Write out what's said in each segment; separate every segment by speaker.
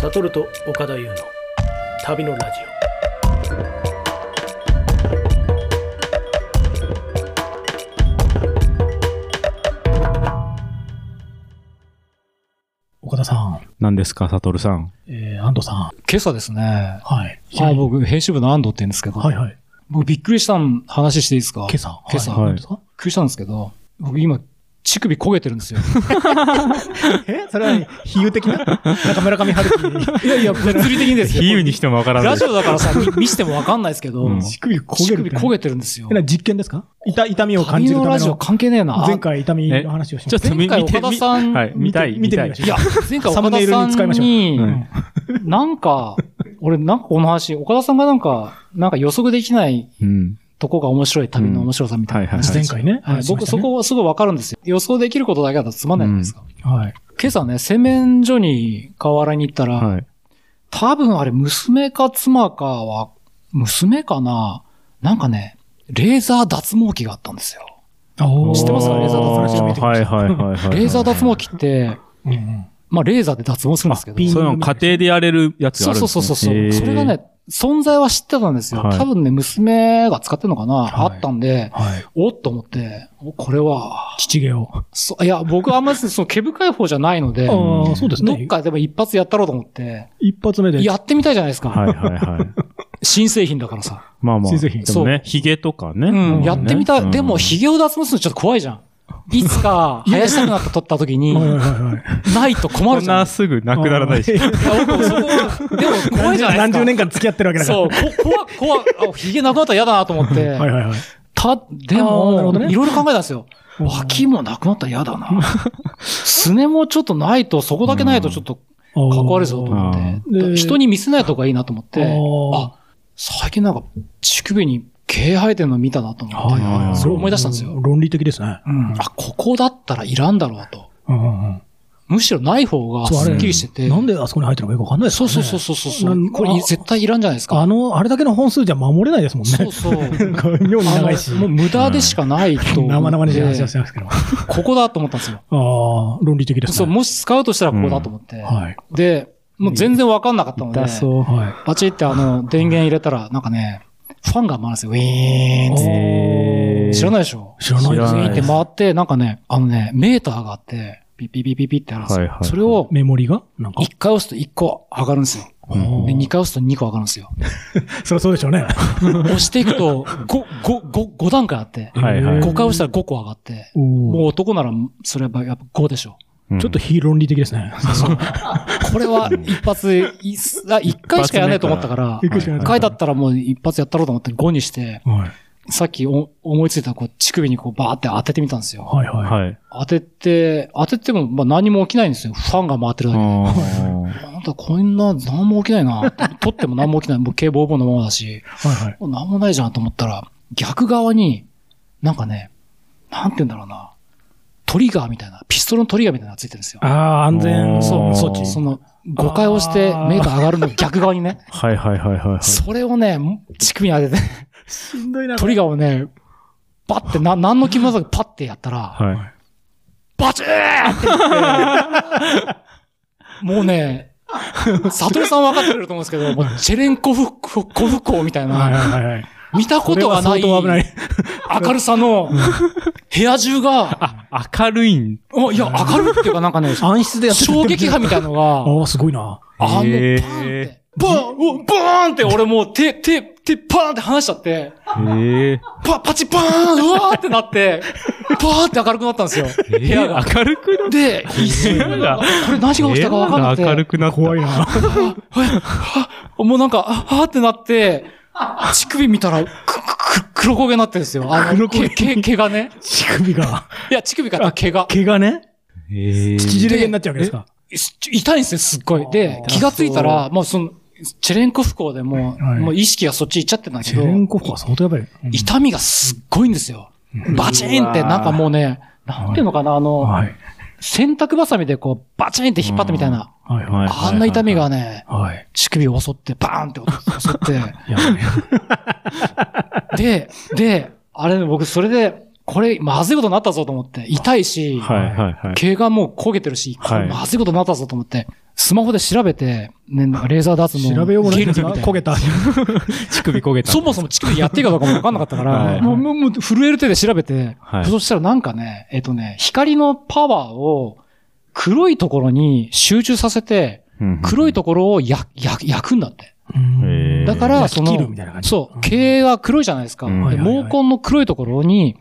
Speaker 1: サトルと岡田優の旅のラジオ岡田さん、
Speaker 2: 何ですか、サトルさん。
Speaker 1: えー、安藤さん。
Speaker 3: 今朝ですね、
Speaker 1: はい。
Speaker 3: あ僕、編集部の安藤って言うんですけど、
Speaker 1: はいはい。
Speaker 3: 僕びっくりしたん話していいですか
Speaker 1: 今朝。
Speaker 3: 今朝
Speaker 1: はい、
Speaker 2: はい
Speaker 1: 何ですか
Speaker 3: びっくりしたんですけど、僕今、乳首焦げてるんですよ。
Speaker 1: えそれは比喩 的ななんか村上春樹。
Speaker 3: いやいや、物理的にですよ。
Speaker 2: 比喩にしてもわからな
Speaker 3: ラ
Speaker 2: い
Speaker 3: ジ。オだからさ、み 見せてもわかんないですけど、
Speaker 2: うん
Speaker 1: 乳首焦
Speaker 3: 乳
Speaker 1: げる
Speaker 3: 首焦げてるんですよ
Speaker 1: え。な実験ですか痛痛みを感
Speaker 3: 旅
Speaker 1: じるた
Speaker 3: の
Speaker 1: め
Speaker 3: ラジオ
Speaker 1: の。
Speaker 3: 関係ねえな。あ
Speaker 1: 前回痛みの話をしま
Speaker 2: ちょ
Speaker 1: し。
Speaker 2: ったと見
Speaker 3: 前回
Speaker 2: 見て
Speaker 3: 岡田さん
Speaker 2: みはい、見たい、
Speaker 1: 見
Speaker 2: 見
Speaker 1: て
Speaker 2: た
Speaker 1: み
Speaker 2: い
Speaker 1: ま。しょ
Speaker 3: いや、前回
Speaker 1: サ
Speaker 3: 岡
Speaker 1: ム
Speaker 3: 田
Speaker 1: ネイル
Speaker 3: さ
Speaker 1: に使いま
Speaker 3: ん
Speaker 1: しょう
Speaker 3: に
Speaker 2: う、
Speaker 3: なんか、俺、なんかこの話、岡田さんがなんか、なんか予測できない
Speaker 2: うん。
Speaker 3: とこが面白い旅の面白さみたいな話
Speaker 1: 前回ね。
Speaker 3: はい、僕そこはすぐわかるんですよ。予想できることだけだとつまんないじゃないですか。
Speaker 1: こ。はい。
Speaker 3: 今朝ね、洗面所に顔洗いに行ったら、
Speaker 2: はい。
Speaker 3: 多分あれ娘か妻かは、娘かななんかね、レーザー脱毛器があったんですよ。
Speaker 1: おー
Speaker 3: 知ってますかレーザー脱毛
Speaker 2: あ
Speaker 3: 器
Speaker 2: ーはいはいはいはい。
Speaker 3: レーザー脱毛器って、
Speaker 1: うんうん
Speaker 3: まあレーザーで脱毛するんですけど。
Speaker 1: ピン
Speaker 2: そういうの家庭でやれるやつが
Speaker 3: そ
Speaker 2: あ
Speaker 3: う
Speaker 2: るん
Speaker 3: そ
Speaker 2: で
Speaker 3: う
Speaker 2: す、
Speaker 3: そ
Speaker 2: ね、
Speaker 3: うそう。それがね、存在は知ってたんですよ。
Speaker 2: はい
Speaker 3: 多分ね、娘が使ってるのかな、
Speaker 1: はい
Speaker 3: あったんで、
Speaker 1: はい。
Speaker 3: おっと思って、おこれは、
Speaker 1: 父毛を。
Speaker 3: そいや、僕はあんまりその毛深い方じゃない ので、
Speaker 1: ああ、そうです
Speaker 3: どっ
Speaker 1: ね。
Speaker 3: かでも一発やったろうと思って、
Speaker 1: 一発目で。
Speaker 3: やってみたいじゃないですか。
Speaker 2: へーはいはいはい。
Speaker 3: 新製品だからさ。
Speaker 2: まあまあ。
Speaker 1: 新製品
Speaker 2: でもね、髭とかね。
Speaker 3: うん、やってみたい。でも、
Speaker 2: ひ
Speaker 3: 髭を脱毛するのちょっと怖い じゃん。いつか、生やしたくなった取った時に
Speaker 1: はい、はいはいはい。
Speaker 3: ないと困
Speaker 2: こ
Speaker 3: る
Speaker 2: ん
Speaker 3: じゃ。
Speaker 2: なんすぐなくならないし。
Speaker 1: あー。
Speaker 3: いや、僕そこ、でも怖いじゃないですか。
Speaker 1: 何十年間付き合ってるわけだから。
Speaker 3: そう、こ怖怖あ、髭なくなったら嫌だなと思っ て。
Speaker 1: はいはいはい。
Speaker 3: た、で
Speaker 1: あーなるほ
Speaker 3: も、
Speaker 1: どね
Speaker 3: いろいろ考えたんですよ。脇もなくなったら嫌 だな。すねもちょっとないと、そこだけないとちょっと
Speaker 1: おー、
Speaker 3: かっこ悪いぞと思って
Speaker 1: うんで。
Speaker 3: 人に見せないとこがいいなと思って。
Speaker 1: あ
Speaker 3: あ、最近なんか乳首に毛生えてるの見たなと思
Speaker 1: ー。
Speaker 3: っ
Speaker 1: は
Speaker 3: て、
Speaker 1: いはいはい。
Speaker 3: それを思い出したんですよ
Speaker 1: 論理的ですね。
Speaker 3: うんあ、ここだったらいらんだろうと。
Speaker 1: うんうんうん。
Speaker 3: むしろない方が
Speaker 1: そうあ
Speaker 3: す
Speaker 1: れ
Speaker 3: っきりしてて。
Speaker 1: なんであそこに入ってるのかよくわかんないです
Speaker 3: そ
Speaker 1: よ
Speaker 3: う
Speaker 1: ね
Speaker 3: そうそうそうそ
Speaker 1: なん
Speaker 3: う。これ
Speaker 1: あ
Speaker 3: 絶対いらんじゃないです
Speaker 1: あ
Speaker 3: か。
Speaker 1: の、あれだけの本数じゃ守れないですもんね。
Speaker 3: そうそう。
Speaker 1: なんか 妙に
Speaker 3: あ
Speaker 1: 長いし。
Speaker 3: の、もう無駄でしかないと思って。
Speaker 1: 生々しい話はしてますけど。あ
Speaker 3: ここだと思ったんですよ。
Speaker 1: あー、論理的ですね。
Speaker 3: そう、もし使うとしたらここだと思って。
Speaker 1: はい。
Speaker 3: で、もう全然わかんなかったので、
Speaker 2: 痛そう。
Speaker 1: はい。
Speaker 3: バチってあの、電源入れたら、なんかね、ファンが回るんですよ。ウィーンっ
Speaker 2: へ
Speaker 3: て。
Speaker 2: ー
Speaker 3: 知らないでしょ
Speaker 1: 知らないで
Speaker 2: 知
Speaker 1: す
Speaker 2: ら
Speaker 3: 次
Speaker 2: ない
Speaker 3: って回って、なんかね、あのね、メーターがあって、ピッピッピッピッピッってあるんですよ。
Speaker 2: はいはいはい
Speaker 3: それを、
Speaker 1: メモリがなんか。
Speaker 3: 1回押すと1個上がるんですよ。
Speaker 2: うん
Speaker 3: で、2回押すと2個上がる んですよ。
Speaker 1: そりゃそうでしょうね。
Speaker 3: 押していくと、5、5、5、5段階あって、
Speaker 2: はいはい
Speaker 3: 5回押したら5個上がって、もう
Speaker 1: も
Speaker 3: 男なら、それはやっぱ5でしょ。
Speaker 2: うん
Speaker 1: う、ちょっと非論理的です ね。
Speaker 3: これは一発、いすあ一回しかやらないと思ったから、
Speaker 1: 行くしかない
Speaker 3: 一回だったらもう一発やったろうと思って5にして、
Speaker 1: はい。
Speaker 3: さっきお思いついたこう乳首にこうバーって当ててみたんですよ。
Speaker 1: はいはい。
Speaker 2: はい。
Speaker 3: 当てて、当ててもまあ何も起きないんですよ。ファンが回ってるだけで。
Speaker 2: あ
Speaker 3: なんだこんな何も起きないな。取っても何も起きない。もう警棒棒のままだし、
Speaker 1: はいはい。
Speaker 3: もう何もないじゃんと思ったら、逆側に、なんかね、なんて言うんだろうな。トリガーみたいな、ピストルのトリガーみたいなのがついてるんですよ。
Speaker 1: ああ、安
Speaker 2: あ
Speaker 1: 全
Speaker 2: ー
Speaker 1: そう措
Speaker 3: そ
Speaker 1: 置。
Speaker 3: の、5回押してメーター上がるの逆側にね。
Speaker 2: ー はいはいはいはいはい。
Speaker 3: それをね、乳首に当てて、
Speaker 1: しんどいな
Speaker 3: トリガーをね、バッて、な、何の気もなくパッてやったら、
Speaker 2: はい。
Speaker 3: バチーンって言って、もうね、サトルさん分かってくれると思うんですけど、もうチェレンコフ、コフコみたい
Speaker 1: はい
Speaker 3: な、
Speaker 1: はいはいはい。
Speaker 3: 見たことがない、
Speaker 1: これは相当危ない。
Speaker 3: 明るさの、部屋中が、
Speaker 2: あ、明るいん。
Speaker 3: おいや、明るいっていうかなんかね、
Speaker 1: 暗室でやって
Speaker 3: 衝撃波みたい なのが、
Speaker 1: ああ、すごいな。
Speaker 3: あの、バ
Speaker 2: へー
Speaker 3: ーンって、バーンおバーンって俺もう手、手、手、バーンって離しちゃって、
Speaker 2: ええ。
Speaker 3: パ、パチバーンうわーってなって、バーって明るくなったんですよ。部
Speaker 2: 部
Speaker 3: 屋が。
Speaker 2: 明るくなっ
Speaker 3: で、
Speaker 2: 部屋が
Speaker 3: これ何が起きたか分かんなく
Speaker 2: 部屋が明る
Speaker 3: て、
Speaker 2: くなった。
Speaker 1: 怖いな。
Speaker 3: もうなんか、あ、あーってなって、乳首見たら、く、く、く黒焦げになってるんですよ。あ
Speaker 1: 黒
Speaker 3: の、
Speaker 1: 焦
Speaker 3: 毛、
Speaker 1: げ
Speaker 3: 毛、毛がね。
Speaker 1: 乳首が。
Speaker 3: いや、乳首から毛が。
Speaker 1: 毛がね、
Speaker 2: ええ。
Speaker 1: 縮れ毛になっちゃうわけですか。
Speaker 3: す痛いんですよ、すっごい。で
Speaker 1: あ、ー
Speaker 3: 気がついたら、もうその、チェレンコフ校でもう、
Speaker 1: はい
Speaker 3: もう意識がそっち行っちゃってんだけ
Speaker 1: チェ
Speaker 3: ど
Speaker 1: レ、ンコフは相当やばい。うん
Speaker 3: 痛みがすっごいんですよ。バチーンって、なんかもうね、なんていうのかな、あの、
Speaker 1: はい。
Speaker 3: 洗濯バサミでこう、バチーンって引っ張ってみたいな。
Speaker 1: はいはい。
Speaker 2: うん
Speaker 3: あんな痛みがね、
Speaker 1: はい。
Speaker 3: 乳首を襲って、バーンって襲って。
Speaker 1: やばい。
Speaker 3: で、で、あれね、僕それで、これ、まずいことになったぞと思って、痛いし、
Speaker 2: はいはいはい。
Speaker 3: 毛がもう焦げてるし、こ
Speaker 2: は
Speaker 3: れ
Speaker 2: い
Speaker 3: まずいことになったぞと思って、スマホで調べて、ね、なんかレーザー脱毛。
Speaker 1: 調べようもない
Speaker 3: 切る
Speaker 1: です
Speaker 3: みた
Speaker 1: か
Speaker 3: いな
Speaker 1: 焦げた。
Speaker 2: 乳首焦げた。
Speaker 3: そもそも乳首やっていいかどうかも分かんなかったか
Speaker 2: はい
Speaker 3: ら、もう、もう、もう震える手で調べて、
Speaker 2: はい
Speaker 3: そしたらなんかね、えっとね、光のパワーを黒いところに集中させて、黒いところを焼、焼、焼くんだって。
Speaker 2: へー
Speaker 3: だから、
Speaker 1: 焼
Speaker 3: そ
Speaker 1: き切
Speaker 3: の
Speaker 1: るみたいな感、じ
Speaker 3: そうう、
Speaker 1: ん
Speaker 3: 毛は黒いじゃないですか。
Speaker 2: うん
Speaker 3: で
Speaker 1: はいはいはい
Speaker 3: 毛根の黒いところに、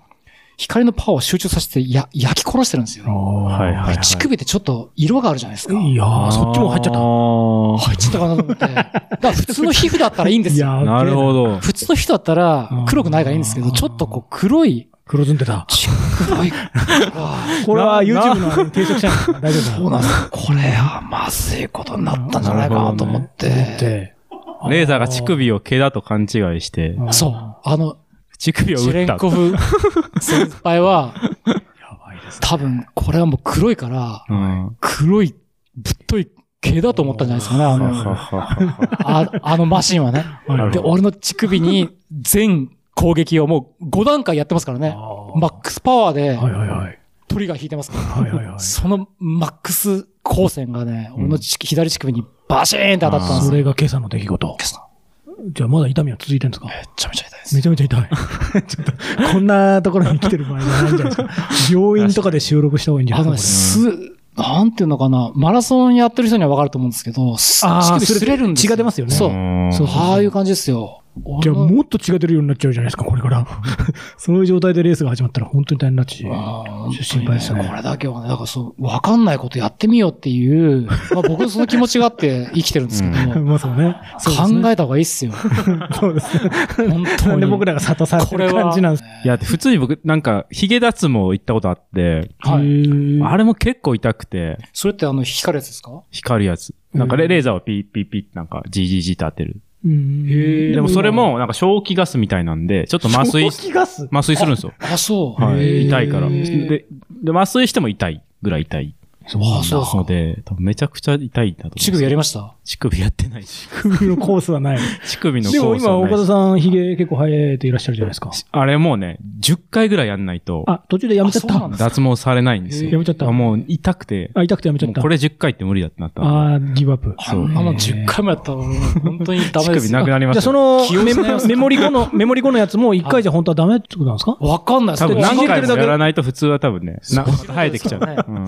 Speaker 3: 光のパワーを集中させて、や、焼き殺してるんですよ。
Speaker 2: はいはい
Speaker 3: 乳首ってちょっと色があるじゃないですか。
Speaker 1: いやー、そっちも入っちゃった。
Speaker 2: っ
Speaker 3: 入っちゃったかなと思って。だから普通の皮膚だったらいいんですよ。
Speaker 1: いやー
Speaker 2: なるほど。
Speaker 3: 普通の人だったら
Speaker 1: うん
Speaker 3: 黒くないからいいんですけど、ちょっとこう黒い、
Speaker 1: 黒ずんでた。
Speaker 3: 黒い、
Speaker 1: これ
Speaker 2: な
Speaker 1: は YouTube のあれに定食しちゃうから大丈夫だ。
Speaker 3: そうなんですよこれはまずいことになったんじゃないかなと思って。
Speaker 1: で、
Speaker 2: レーザーが乳首を毛だと勘違いして、
Speaker 3: そう。あの、
Speaker 2: 乳首を
Speaker 3: チェ
Speaker 2: 打
Speaker 3: レ
Speaker 2: っ
Speaker 3: ン
Speaker 2: た。
Speaker 3: コフ先輩は、
Speaker 1: やばいですね。
Speaker 3: 多分これはもう黒いから、
Speaker 2: うん。
Speaker 3: 黒い、ぶっとい毛だと思ったんじゃないですかね、あ
Speaker 2: は
Speaker 3: の、
Speaker 2: はは
Speaker 3: ああのマシンはね。
Speaker 2: なる
Speaker 3: で、
Speaker 2: ほど
Speaker 3: 俺の乳首に全攻撃をもう5段階やってますからね。マックスパワーで
Speaker 1: はいはいはい。
Speaker 3: トリガー引いてますから。
Speaker 1: はい はいはい。
Speaker 3: そのマックス光線がね、
Speaker 2: うん
Speaker 3: 俺のち左乳首にバシーンって当たったんです
Speaker 1: そ
Speaker 3: よ。
Speaker 1: れが今朝の出来事。じゃあまだ痛みは続いてるんですか
Speaker 3: めちゃめちゃ痛いです。
Speaker 1: めちゃめちゃ痛い。 ちょっと、こんなところに来てる場合じゃないんじゃないですか。病院とかで収録した方がいいんじゃ
Speaker 3: あ
Speaker 1: ない
Speaker 3: の
Speaker 1: で
Speaker 3: ね、
Speaker 1: す
Speaker 3: す、なんていうのかな、マラソンやってる人にはわかると思うんですけど、す
Speaker 1: あー
Speaker 3: 乳首
Speaker 1: すれ
Speaker 3: すれるんですよ。
Speaker 1: 血が出ますよね
Speaker 3: そうう。
Speaker 2: ん
Speaker 1: そう
Speaker 3: ああいう感じですよ。
Speaker 1: か。じゃあもっと血が出るようになっちゃうじゃないですか、これから。 そういう状態でレースが始まったら本当に大変だし。
Speaker 3: あー本当にね
Speaker 1: 心配ですね
Speaker 3: これだけはね、だからそう、わかんないことやってみようっていう、まあ僕その気持ちがあって 生きてるんですけど、
Speaker 2: う
Speaker 1: まあ そうね。
Speaker 3: 考えた方がいいっすよ。
Speaker 1: え、そうですね。
Speaker 3: 本
Speaker 1: な
Speaker 3: 当
Speaker 1: んで
Speaker 3: に。
Speaker 1: 僕らが諭されて
Speaker 3: これ
Speaker 1: る
Speaker 3: は、
Speaker 1: 感じなんです
Speaker 2: いや、普通に僕、なんか、ヒゲ脱毛行ったことあって、
Speaker 1: か。
Speaker 3: はい。
Speaker 2: あ
Speaker 1: あ
Speaker 2: れも結構痛くて、
Speaker 3: それってあの、光るやつですか
Speaker 2: 光るやつ。なんか
Speaker 1: う
Speaker 2: レ
Speaker 1: ん
Speaker 2: レーザーをピッピッピッってなんか GGG って当てる。
Speaker 1: れ
Speaker 2: でもそれ、もなんか正気ガスみたいなんで、ちょっと麻酔、
Speaker 1: 気ガス
Speaker 2: 麻酔するんですよ。
Speaker 3: あ、そう。
Speaker 2: は
Speaker 3: へー
Speaker 2: い。痛いから。で、で麻酔しても痛いぐらい痛い。
Speaker 1: そう
Speaker 3: あそう
Speaker 2: ので、多分めちゃくちゃ痛いんだと思う。
Speaker 3: 乳首やりました
Speaker 2: 乳首やってない し。
Speaker 1: 首のコースは ない。
Speaker 2: 乳首の
Speaker 1: でも
Speaker 2: コースは
Speaker 1: 今、
Speaker 2: ない
Speaker 1: 岡田さん、ヒゲ結構生えていらっしゃるじゃないですか。
Speaker 2: あれもうね、10回ぐらいやんないと、
Speaker 1: あ、途中でやめちゃっ
Speaker 3: あそうな
Speaker 1: た
Speaker 3: ん。だ
Speaker 2: 脱毛されないんです
Speaker 3: へ
Speaker 2: よ。
Speaker 1: ーやめちゃった
Speaker 2: もう痛くて、
Speaker 1: あ、痛くてやめちゃっ
Speaker 2: も
Speaker 1: た。
Speaker 2: うこれ10回って無理だってなったんで。
Speaker 1: あーギブアップ。
Speaker 3: あ
Speaker 2: そうん
Speaker 3: なの10回もやったら、俺本当にダメ
Speaker 2: 乳
Speaker 3: です
Speaker 2: 首な
Speaker 3: よ
Speaker 2: く。なりま
Speaker 1: じゃあ
Speaker 2: した
Speaker 1: そ
Speaker 2: よ。
Speaker 1: の
Speaker 3: 気を
Speaker 1: メ
Speaker 3: 失います
Speaker 1: メモリ5の、メ モリ5のやつも1回じゃ本当はダメってことなんですか
Speaker 3: わかんないです
Speaker 2: 多分
Speaker 1: でも
Speaker 2: 何
Speaker 1: 聞
Speaker 2: 回
Speaker 1: いてる
Speaker 2: も
Speaker 1: だけ
Speaker 2: やらないと普通は多分ね、な
Speaker 3: そう
Speaker 2: 生えてきちゃう。
Speaker 3: そうです
Speaker 2: うん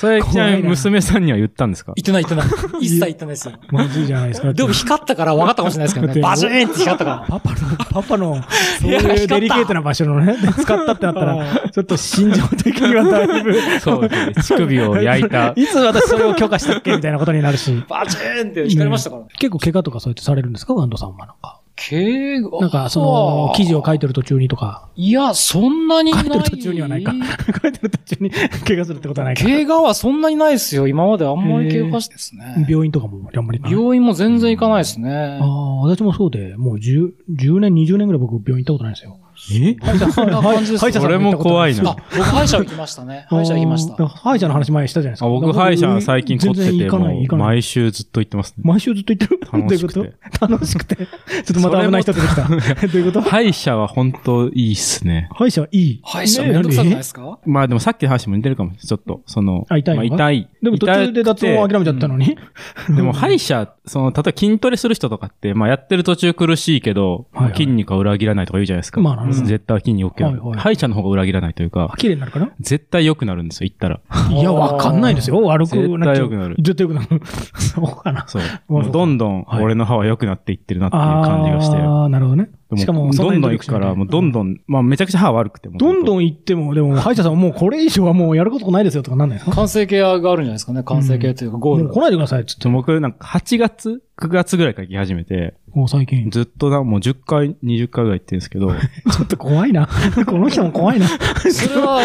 Speaker 2: それ、
Speaker 1: 怖いな
Speaker 2: ちなみに娘さんには言ったんですか
Speaker 3: 言ってない言ってない。一切言ってないで すよ。
Speaker 1: まずいじゃないですか。
Speaker 3: でも光ったから分かったかもしれないですけどね。バシーンって光ったから。
Speaker 1: パパの、パパの、そう
Speaker 3: いや
Speaker 1: い
Speaker 3: 光
Speaker 1: う
Speaker 3: った
Speaker 1: デリケートな場所のね、使ったってなった ら、ちょっと心情的にはだいぶ、。
Speaker 2: そうですね。乳首を焼い た
Speaker 1: いつ私それを許可したっけみたいなことになるし。
Speaker 3: バチーンって光りましたからね。
Speaker 1: 結構怪我とかそうやってされるんですかワンドさんはなんか。
Speaker 3: け
Speaker 1: なんか、その、記事を書い
Speaker 3: て。
Speaker 1: てる途中にとか、
Speaker 3: いや、そんなに
Speaker 1: 書
Speaker 3: ないい。
Speaker 1: てる途中にはないか。 書いてる途中 に怪我するってことはないか。
Speaker 3: 怪我はそんなにないですよ。今まであんまり怪我してですね。
Speaker 1: 病院とかもあんまりない。
Speaker 3: 病院も全然行かないですね
Speaker 1: あ。あ、私もそうで、もう 10, 10年、20年ぐらい僕病院行ったことないんですよ。
Speaker 2: え
Speaker 3: そんな感じです
Speaker 1: はい
Speaker 3: ね
Speaker 1: 歯医者さん
Speaker 2: 俺も怖いな
Speaker 3: あ。、僕歯医者行きましたね。歯医者行きました
Speaker 1: あー。歯医者の話前にしたじゃないです
Speaker 2: あ
Speaker 1: か。
Speaker 2: 僕、歯医者最近凝って
Speaker 1: 全然
Speaker 2: て、
Speaker 1: 行かない、
Speaker 2: も
Speaker 1: 行
Speaker 2: う
Speaker 1: かない。
Speaker 2: 毎週ずっと行ってますね。
Speaker 1: 毎週ずっと行ってる
Speaker 2: 楽しくて
Speaker 1: どういうこと楽しくて。ちょっとまた危ない人出てき た。どういうこと
Speaker 2: 歯医者は本当いいっすね。
Speaker 1: 歯医者はいい。
Speaker 3: 歯医者
Speaker 1: ね
Speaker 3: めんどくさくない
Speaker 1: なん
Speaker 3: で
Speaker 1: です
Speaker 3: か
Speaker 2: まあでもさっきの話も似てるかもしれない。ちょっと、その、
Speaker 1: あ痛いの
Speaker 2: ま
Speaker 1: が
Speaker 2: あ、痛い。
Speaker 1: でも途中で
Speaker 2: 痛く
Speaker 1: 脱
Speaker 2: て
Speaker 1: 毛を諦めちゃったのに。
Speaker 2: でも歯医者、その、例えば筋トレする人とかって、まあやってる途中苦しいけど、
Speaker 1: はいはい
Speaker 2: 筋肉は裏切らないとか言うじゃないですか。
Speaker 1: まあなるほど
Speaker 2: 絶対筋肉 OK な、
Speaker 1: はいはい
Speaker 2: 歯医者の方が裏切らないというか、
Speaker 1: 綺麗になるか な
Speaker 2: 絶対良くなるんですよ、行ったら。
Speaker 1: いや、わかんないですよ。悪くなっちゃう。
Speaker 2: 絶対良くなる
Speaker 1: 絶対良くなる。 そうかな。
Speaker 2: そう。
Speaker 1: う
Speaker 2: もうどんどん
Speaker 1: はい
Speaker 2: 俺の歯は良くなっていってるなっていう感じがして。
Speaker 1: ああ、なるほどね。
Speaker 2: で
Speaker 1: しかも、そ
Speaker 2: ど
Speaker 1: な
Speaker 2: んどん
Speaker 1: に努
Speaker 2: 行
Speaker 1: 力
Speaker 2: く
Speaker 1: しな
Speaker 2: か
Speaker 1: い
Speaker 2: ら、もうどんどん、まあめちゃくちゃ歯悪くても。
Speaker 1: どんど
Speaker 2: ん。
Speaker 1: ん行っても、でも、歯医者さんはもうこれ以上はもうやることないですよとかなんないですか
Speaker 3: 完成形があるんじゃないですかね。完成形というかゴー
Speaker 1: も
Speaker 3: ル
Speaker 1: う
Speaker 3: が。
Speaker 1: 来ないでくださいっつって。
Speaker 2: 僕なんか8月 ?9 月ぐらいから行き始めて、
Speaker 1: もう最 近。ち
Speaker 2: ずっとな、もう10回、20回ぐらい行ってるんですけ ど、
Speaker 1: ょっと怖いな。 この人も怖いな。
Speaker 3: それは、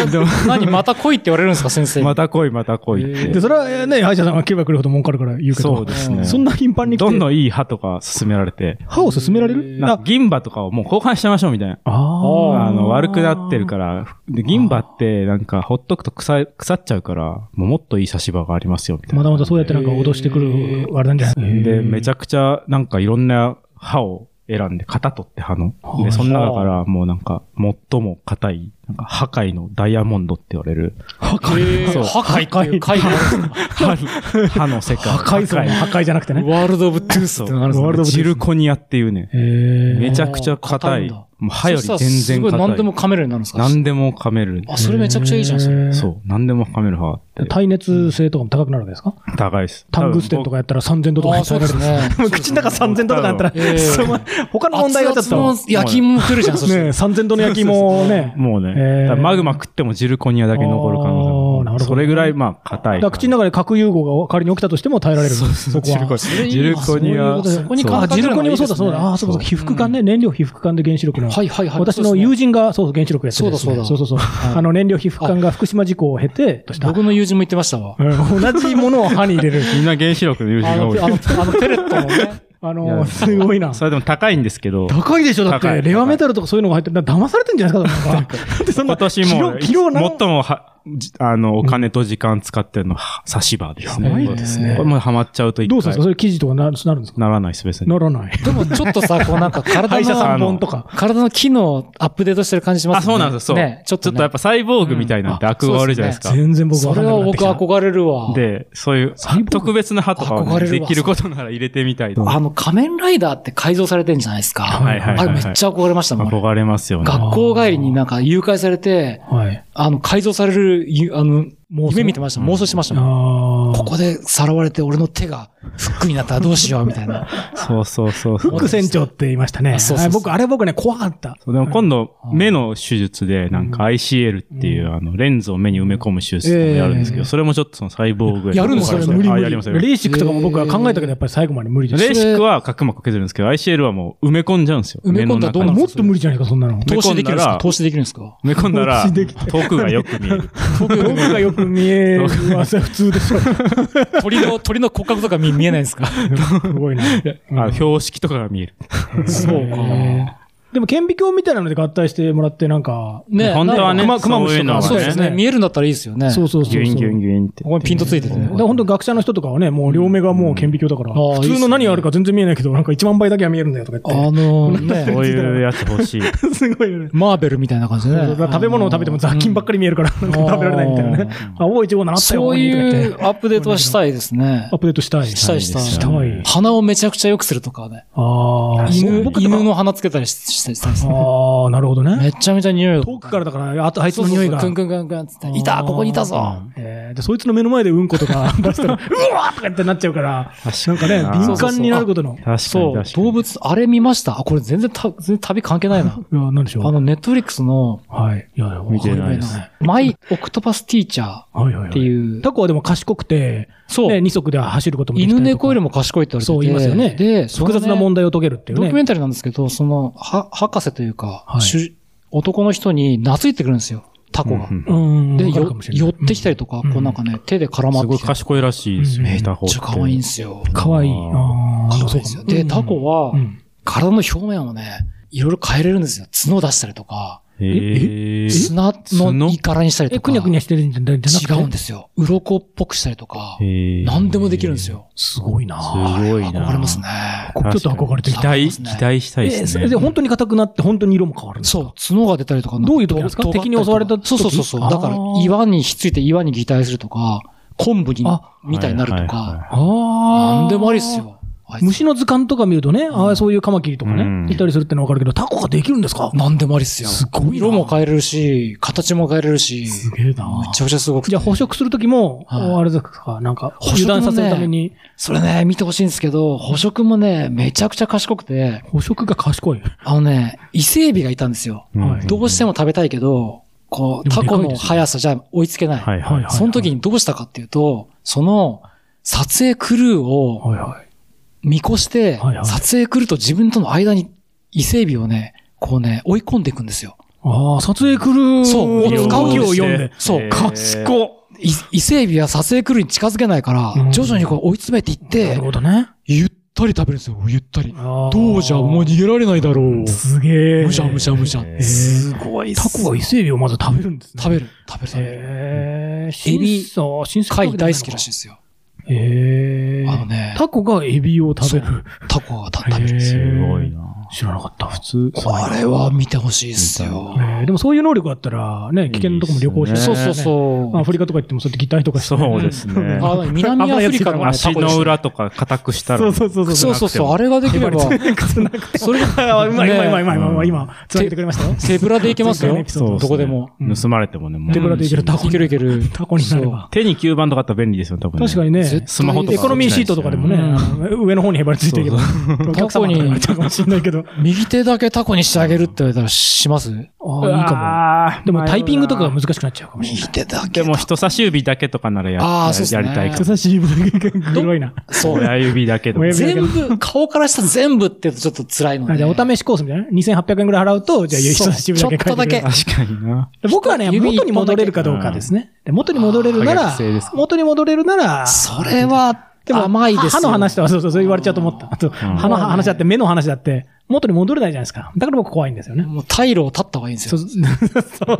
Speaker 3: 何、また来いって言われるんですか、先生に。
Speaker 2: また来い、また来いって。
Speaker 3: えー
Speaker 1: で、それはね、歯医者さんは来れば来るほど文句あるから言うけど。
Speaker 2: そうですね。
Speaker 1: そんな頻繁に来て。
Speaker 2: どんどんいい歯とか勧められて、
Speaker 1: 歯を勧められる
Speaker 2: なんか銀歯とかをもう交換しちゃいましょうみたいな。
Speaker 1: あ。
Speaker 2: あの、悪くなってるからら、で銀歯ってなんかほっとくと腐い腐っちゃうから、もうもっといい差し歯がありますよみたいな。
Speaker 1: まだまだそうやってなんか脅してくる、あれなんじゃない
Speaker 2: で、めち
Speaker 1: ゃ
Speaker 2: ゃくちゃなんかいろんな歯を選んで、型取って刃の
Speaker 3: は。い
Speaker 2: で、その中からもうなんか、最も硬い、なんか、破壊のダイヤモンドって言われる、
Speaker 3: 破壊
Speaker 2: そう
Speaker 3: 破壊っていう回があるんですか
Speaker 2: 歯 歯の世界。
Speaker 1: 破壊それ破壊じゃなくてね。
Speaker 3: ワールド・オブ・トゥース
Speaker 2: そ
Speaker 3: っ
Speaker 2: う
Speaker 3: てのがあるんです
Speaker 1: ワールドオブトゥース
Speaker 2: ジルコニアっていうね、めちゃくちゃ硬
Speaker 3: 硬いん
Speaker 2: い。
Speaker 3: だ
Speaker 2: もう歯より全然
Speaker 3: そしたらすごい何で
Speaker 2: 硬い
Speaker 3: も。噛めるようになるんですか
Speaker 2: 何でも噛める。
Speaker 3: あ、それめちゃくちゃいいじゃん、それ。
Speaker 1: れ
Speaker 2: そう。何でも噛める歯って。
Speaker 1: 耐熱性とかも高くなるわけですか
Speaker 2: 高いです。
Speaker 1: タングステンとかやったら3000度とか
Speaker 3: あ、そうですね。
Speaker 1: もう口の中3000度とかやったら、
Speaker 3: ええ
Speaker 1: その他の問題がちょっ
Speaker 3: 熱々
Speaker 1: と
Speaker 3: の。焼き芋も来るじゃん、そし
Speaker 1: ね
Speaker 3: て。
Speaker 1: 3000度の焼き芋をね。
Speaker 2: もうね、
Speaker 1: へー
Speaker 2: だからマグマ食ってもジルコニアだけ残る可能性
Speaker 1: あーなるほ
Speaker 2: も
Speaker 1: ど
Speaker 2: それぐらい、まあ、硬
Speaker 1: だ
Speaker 2: い
Speaker 1: から口の中で核融合が仮に起きたとしても耐えられる。そこ
Speaker 2: ジルコ
Speaker 1: は。
Speaker 3: それいい
Speaker 2: ジル
Speaker 3: な
Speaker 2: コニア。
Speaker 3: そういうことでそこに
Speaker 2: そう
Speaker 3: 感
Speaker 1: あ、ジルコニもそうだ、
Speaker 3: そ
Speaker 1: そううだ。ああー、そうかそうか。皮膚管ね、燃料皮膚管で原子力の。
Speaker 3: はいはいはい。
Speaker 1: 私の友
Speaker 3: 人、
Speaker 1: 人が、そうそう、原子力やってるやつ
Speaker 3: そう
Speaker 1: そ
Speaker 3: だそうう
Speaker 1: そうそう。
Speaker 3: い
Speaker 1: あの、燃料皮膚管が福島事故を経て、
Speaker 3: 僕の友人も言ってましたわ。
Speaker 1: うん同じものを歯に入れる。
Speaker 2: みんな原子力の友
Speaker 3: あ
Speaker 2: 人
Speaker 3: の、
Speaker 2: が
Speaker 3: あ
Speaker 2: 多い。
Speaker 3: の、あのペレットの ね。
Speaker 1: あ
Speaker 2: い
Speaker 1: の、
Speaker 2: や
Speaker 1: すごいな。
Speaker 2: それでも高いんですけど、
Speaker 1: 高いでしょだって、
Speaker 2: 高い
Speaker 1: レアメタルとかそういうのが入ってる。だから騙されてんじゃないですか、だからだってそんな
Speaker 2: 今年も、
Speaker 1: キロ、キロな。
Speaker 2: 最もは、じあの、お金と時間使ってるのは、差し歯ですね。
Speaker 1: やばい
Speaker 3: ですね
Speaker 2: これもうハマっちゃうと一回
Speaker 1: どうするんですかそれ記事とかなるなるんですか
Speaker 2: ならないです、別に。
Speaker 1: ならない。
Speaker 3: でもちょっとさ、こうなんか体
Speaker 1: 歯医者さん
Speaker 3: の、
Speaker 1: 本とか。
Speaker 3: 体の機能アップデートしてる感じしま
Speaker 2: あ、
Speaker 3: すね。
Speaker 2: そうなんですよ、そう。
Speaker 3: ね、
Speaker 2: ち
Speaker 3: ち
Speaker 2: ょ
Speaker 3: ょ
Speaker 2: っ
Speaker 3: っ
Speaker 2: と
Speaker 3: と、
Speaker 2: やっぱサイボーグみたいなんて
Speaker 3: うん
Speaker 2: 悪があるじゃないですか。
Speaker 1: 全然僕
Speaker 3: そ
Speaker 1: わか
Speaker 3: れ
Speaker 1: んな
Speaker 3: は
Speaker 1: くなってき
Speaker 3: 僕
Speaker 1: た
Speaker 3: 憧れるわ。
Speaker 2: で、そういう
Speaker 1: サイボーグ
Speaker 2: 特別な歯とかを
Speaker 3: 憧
Speaker 2: ね
Speaker 3: れる
Speaker 2: で
Speaker 3: わ
Speaker 2: きることなら入れてみたいと。
Speaker 3: あの、仮面ライダーって改造されてんじゃないですか。
Speaker 2: はいはいはいはい
Speaker 3: あれめっちゃ憧れましたもん。俺
Speaker 2: 憧れますよね。
Speaker 3: 学校帰りになんか誘拐されて、
Speaker 1: はい。
Speaker 3: あの、改造されるゆ、あの、
Speaker 1: 妄想
Speaker 3: 夢見てました。
Speaker 2: うん
Speaker 3: 妄想してましたも
Speaker 1: あ
Speaker 3: ん。
Speaker 1: あ。
Speaker 3: ここでさらわれて俺の手がフックになったらどうしようみたいな。
Speaker 2: そうそうそうそう。
Speaker 1: 副船長って言いましたね。
Speaker 3: あそうそう
Speaker 1: はい
Speaker 3: そう
Speaker 1: 僕、あれ僕ね、怖かった。
Speaker 2: そうでも今度、目の手術で、なんか ICL っていう、あの、レンズを目に埋め込む手術をやるんですけ
Speaker 1: ええ
Speaker 2: ど、それもちょっとその細胞ぐらい。
Speaker 3: やるの
Speaker 2: そ
Speaker 3: そ
Speaker 2: れ
Speaker 3: れ
Speaker 2: 無
Speaker 3: 無
Speaker 2: 理
Speaker 3: 理
Speaker 2: あ
Speaker 3: 無
Speaker 2: やりますよ。レ
Speaker 1: レーシックとかも僕は考えたけど、やっぱり最後まで無理です。
Speaker 2: ーシックは角膜けずるんですけど、ICL はもう埋め込んじゃうんですよ。
Speaker 3: 埋め込んだらどう
Speaker 2: 目の
Speaker 3: なる
Speaker 2: 中に
Speaker 1: もっと無理じゃないですか、そんなの。
Speaker 2: め込んだら
Speaker 3: 投資できるんですか投
Speaker 2: 埋め
Speaker 3: 資できるんですか
Speaker 2: 込んだら、
Speaker 1: 投資できて
Speaker 2: 遠くがよく見える。
Speaker 1: 僕がよく見える。まあ、それ普通でしょ。
Speaker 3: 鳥の、鳥の骨格とか見見えないんですか
Speaker 1: すごいな。
Speaker 2: あ標識とかが見える。
Speaker 3: そうか。
Speaker 1: でも、顕微鏡みたいなので合体してもらって、なんか、
Speaker 3: ね
Speaker 2: 本当はね、
Speaker 1: 熊熊
Speaker 2: そう
Speaker 1: 虫
Speaker 2: いう
Speaker 1: と
Speaker 2: の
Speaker 1: か
Speaker 2: は
Speaker 3: そうです
Speaker 1: ね
Speaker 3: ね。見えるんだったらいいですよね。
Speaker 1: そうそうそう
Speaker 2: ギ
Speaker 1: そう。
Speaker 2: ュインギュインギュインって
Speaker 3: こ。こにピンとついててね。
Speaker 1: だから本当学者の人とかはね、もう両目がもう顕微鏡だから、
Speaker 3: うんああ
Speaker 1: 普通の何があるか全然見えないけど、なんか1万倍だけは見えるんだよとか言っ
Speaker 3: あの
Speaker 2: そ
Speaker 3: ね、
Speaker 2: ういうやつ欲 しい。
Speaker 1: て。すごいよね。
Speaker 3: マーベルみたいな感じで
Speaker 1: そうそ
Speaker 3: ね
Speaker 1: うだ。から食べ物を食べても雑菌ばっかり見えるから、なんか食べられないみたいなね。あ、o 1 5なったよ、
Speaker 3: そういう
Speaker 1: とか言って
Speaker 3: アップデートはしたいですね
Speaker 1: アッ。プデートしたい。
Speaker 3: したいしたい
Speaker 1: したい。
Speaker 3: 鼻をめちゃくちゃ良くするとかね。
Speaker 1: ああ、
Speaker 3: 犬
Speaker 1: 僕とか
Speaker 3: 犬の鼻つけたりししてしたいですね。
Speaker 1: ああ、なるほど
Speaker 3: め
Speaker 1: ね。
Speaker 3: ちゃめちゃ匂いが。
Speaker 1: 遠くからだから、あとあいつ
Speaker 3: そ
Speaker 1: の
Speaker 3: うそう
Speaker 1: 匂い
Speaker 3: そ、
Speaker 1: うが
Speaker 3: ク。ンクンクンクンっつって、いた、ここにいたぞ。
Speaker 1: えーでそいつの目の前でうんことか出したら、うわーとかってなっちゃうから、なんかね、敏感になることの。
Speaker 2: 確かに
Speaker 3: そう、
Speaker 2: 確か
Speaker 3: 動
Speaker 2: に。
Speaker 3: 物、あれ見ましたあ、これ全然た、全然旅関係ないな。
Speaker 1: いや、なんでしょ
Speaker 3: あ
Speaker 1: う。
Speaker 3: の、ネットフリックスの、
Speaker 1: はい。いや、わかん
Speaker 2: 見てないです
Speaker 3: マイ・オクトパス・ティーチャ
Speaker 1: はいはいは
Speaker 3: ーって
Speaker 1: い。
Speaker 3: いう、
Speaker 1: タコはでも賢くて、
Speaker 3: そう
Speaker 1: ね、、二足で走ることもできたり
Speaker 3: 犬
Speaker 1: とか
Speaker 3: 猫よりも賢いって言われてて
Speaker 1: そう言いますよね
Speaker 3: で、その
Speaker 1: 複
Speaker 3: ね
Speaker 1: 雑な問題を解けるっていう
Speaker 3: ドキュメ
Speaker 1: ね。
Speaker 3: ンタリーなんですけど、その、は、博士というか、
Speaker 1: はい
Speaker 3: 主男の人に懐いてくるんですよ、タコが。
Speaker 2: うんうん
Speaker 1: うん
Speaker 3: で、
Speaker 1: わかる
Speaker 3: よ
Speaker 1: かもしれない
Speaker 3: 寄ってきたりとか、
Speaker 1: うん
Speaker 3: こうなんかね、手で絡ますっ
Speaker 2: ご
Speaker 3: て
Speaker 2: い
Speaker 3: きたり。
Speaker 2: 賢いらしいですよ、
Speaker 1: うん
Speaker 2: メタホ
Speaker 3: めっ
Speaker 2: っ
Speaker 3: ち
Speaker 2: て。
Speaker 3: ゃ可愛いんですよ。
Speaker 1: かわいい。ああ
Speaker 3: 可愛い
Speaker 1: ー、そ
Speaker 3: ん
Speaker 1: う
Speaker 3: で
Speaker 1: か
Speaker 3: す
Speaker 1: も
Speaker 3: よ。で、タコは
Speaker 1: う、ん
Speaker 3: 体の表面をね、いろいろ変えれるんですよ。角出したりとか、
Speaker 2: へー
Speaker 3: 砂の
Speaker 2: 角
Speaker 3: いからにしたり
Speaker 1: え、
Speaker 3: と
Speaker 1: く
Speaker 3: か。
Speaker 1: にゃくにゃしてるんじゃなくて。
Speaker 3: 違うんですよ。鱗っぽくしたりとか、
Speaker 2: へー
Speaker 3: 何でもできるんです。よ。
Speaker 1: すごい
Speaker 2: す
Speaker 1: な
Speaker 2: ごいな。
Speaker 3: 憧れますね。
Speaker 1: ちょっと憧れてき
Speaker 2: 期
Speaker 1: た
Speaker 2: 待、
Speaker 3: 期
Speaker 2: 期
Speaker 3: 待
Speaker 2: 待したい
Speaker 1: え
Speaker 2: で
Speaker 1: ー
Speaker 2: す
Speaker 1: そ
Speaker 2: ね。
Speaker 1: れで本当に硬くなって、本当に色も変わるんですか
Speaker 3: そう、角が出たりとか、
Speaker 1: どういう時なんですか
Speaker 3: ととがったり
Speaker 1: 敵に襲われた
Speaker 3: と
Speaker 1: 時
Speaker 3: かそうそうそうそう。だから
Speaker 1: あー、
Speaker 3: 岩にひっついて岩に擬態するとか、昆布に
Speaker 1: あ、
Speaker 3: みたいになると
Speaker 2: はいはいはい
Speaker 3: か、
Speaker 1: あ
Speaker 3: なんでもありっす。よ。あいつ
Speaker 1: 虫の図鑑とか見るとね、ああ、そういうカマキリとか
Speaker 2: うん
Speaker 1: ね、いたりするってのはわかるけど、タコができるんですか
Speaker 3: なんでもありっすよ。
Speaker 1: すごいな
Speaker 3: 色も変えれるし、形も変えれるし、
Speaker 1: すげえな
Speaker 3: めちゃくちゃすごくて
Speaker 1: じゃあ捕食するときも、
Speaker 3: はい
Speaker 1: あれですか、なんか、
Speaker 3: 捕食もね
Speaker 1: 油断させるために、
Speaker 3: それね、見てほしいんですけど、捕食もね、めちゃくちゃ賢くて、
Speaker 1: 捕食が賢い。
Speaker 3: あのね、伊勢海老がいたんですよ。
Speaker 2: うん
Speaker 1: はい
Speaker 3: どうしても食べたいけど、こう、
Speaker 1: でも
Speaker 3: タ
Speaker 1: でかい
Speaker 3: コ
Speaker 1: で
Speaker 3: の
Speaker 1: すよ
Speaker 3: 速さじゃ追いつけない。
Speaker 2: はいはいはい。
Speaker 1: い
Speaker 3: その時にどうしたかっていうと、その、撮影クルーを
Speaker 1: はいはい。
Speaker 3: 見越して
Speaker 1: はいは、い
Speaker 3: 撮影クルーと自分との間に伊勢海老をね、こうね、追い込んでいくんですよ。
Speaker 1: ああ、撮影クルー
Speaker 3: そう
Speaker 1: の動きを読んで。
Speaker 3: そう
Speaker 2: へー
Speaker 1: 賢っ
Speaker 3: い伊勢海老は撮影クルーに近づけないから
Speaker 1: うん、
Speaker 3: 徐々にこう追い詰めていっ
Speaker 1: な
Speaker 3: て
Speaker 1: る、ほどね。
Speaker 3: ゆったり食べるんですよ、ゆったり。
Speaker 1: ど
Speaker 3: どうじゃ、もう逃げられないだろう。
Speaker 1: すげえ。
Speaker 3: むしゃむしゃむしゃ。
Speaker 2: へ
Speaker 1: えー。
Speaker 3: す
Speaker 1: ごいタコは伊勢海老をまず食べるんですね。
Speaker 3: 食べる、食べる、食べる。
Speaker 1: えー、
Speaker 3: エビ
Speaker 1: そう、新鮮
Speaker 3: 貝大好きらしい
Speaker 1: い。
Speaker 3: ですよ。
Speaker 1: えー、
Speaker 3: あのね
Speaker 1: タコがエビを食べる。
Speaker 3: タコがた食べるんですよ。
Speaker 2: すごいな。知らなかった。普通、
Speaker 3: あれは見てほしいっすよ。
Speaker 1: ねでもそういう能力あったら、ね、危険なとこも旅行し
Speaker 2: いい
Speaker 1: て、
Speaker 2: っす
Speaker 3: そ
Speaker 2: ね
Speaker 3: うそうそう。
Speaker 1: アフリカとか行ってもそうやってギターとかして
Speaker 2: そ うですね。
Speaker 3: あ南アフリカのね
Speaker 2: 足の裏とか硬くしたら。
Speaker 1: そうそうそうそう
Speaker 3: そうそうそう、あ
Speaker 2: れ
Speaker 3: れができ れば、
Speaker 1: 靴なくて。
Speaker 3: それが
Speaker 1: あうまい、うまい、
Speaker 3: ね
Speaker 1: うまい、うまい、うまい、うまい今、つなげてくれましたよ。
Speaker 3: 手ぶらでいけますよ
Speaker 1: 前回のエ。ピソード
Speaker 3: どこでも。
Speaker 1: うん
Speaker 2: 盗まれてもね、もう
Speaker 1: 手ぶらでいけるタ
Speaker 3: い
Speaker 1: コ
Speaker 3: けるいける。
Speaker 1: タコになれば。
Speaker 2: 手に吸盤とかあったら便利ですよ、多分、
Speaker 1: 確かにね、
Speaker 3: 絶対
Speaker 2: スマホとか
Speaker 1: エコノミーシートとかでもね、上の方にへばりついていけば、お客様とか言われちゃうかもしれないけど。
Speaker 3: 右手だけタコにしてあげるって言われたらします
Speaker 1: ああ、いいか
Speaker 2: か
Speaker 1: も。でもタイピングとかが難しくなっちゃうかもしれない。
Speaker 3: 右手だけ。
Speaker 2: でも人差し指だけとかならや
Speaker 3: あーそうっすね
Speaker 2: やりたいか
Speaker 1: 人差し指だけが黒いな。
Speaker 3: そう。
Speaker 2: 親指だけとか
Speaker 1: 親。指
Speaker 3: 全部、顔から下全部って言うとちょっと辛いの
Speaker 1: あ
Speaker 3: で。
Speaker 1: じゃあお試しコースみたいな。2800円ぐらい払うと、じゃあ人差し指だけ書いてくれる
Speaker 3: そうちょっとだ
Speaker 2: 確かにな。
Speaker 1: 僕はね、
Speaker 3: 指一
Speaker 1: 元
Speaker 3: 本
Speaker 1: に戻れるかどうかですね。で元に戻れるな
Speaker 2: あー可
Speaker 1: ら
Speaker 2: 逆性です、か
Speaker 1: 元に戻れるなら、
Speaker 3: それは、
Speaker 1: でも
Speaker 3: 甘いですよ。
Speaker 1: 歯の話とは、そうそう、そう言われちゃうと思った。あと、歯の話だって、目の話だって、元に戻れないじゃないですか。だから僕怖いんですよね。
Speaker 3: もう退路を立った方がいいんです
Speaker 1: そう、
Speaker 3: よ。
Speaker 1: そ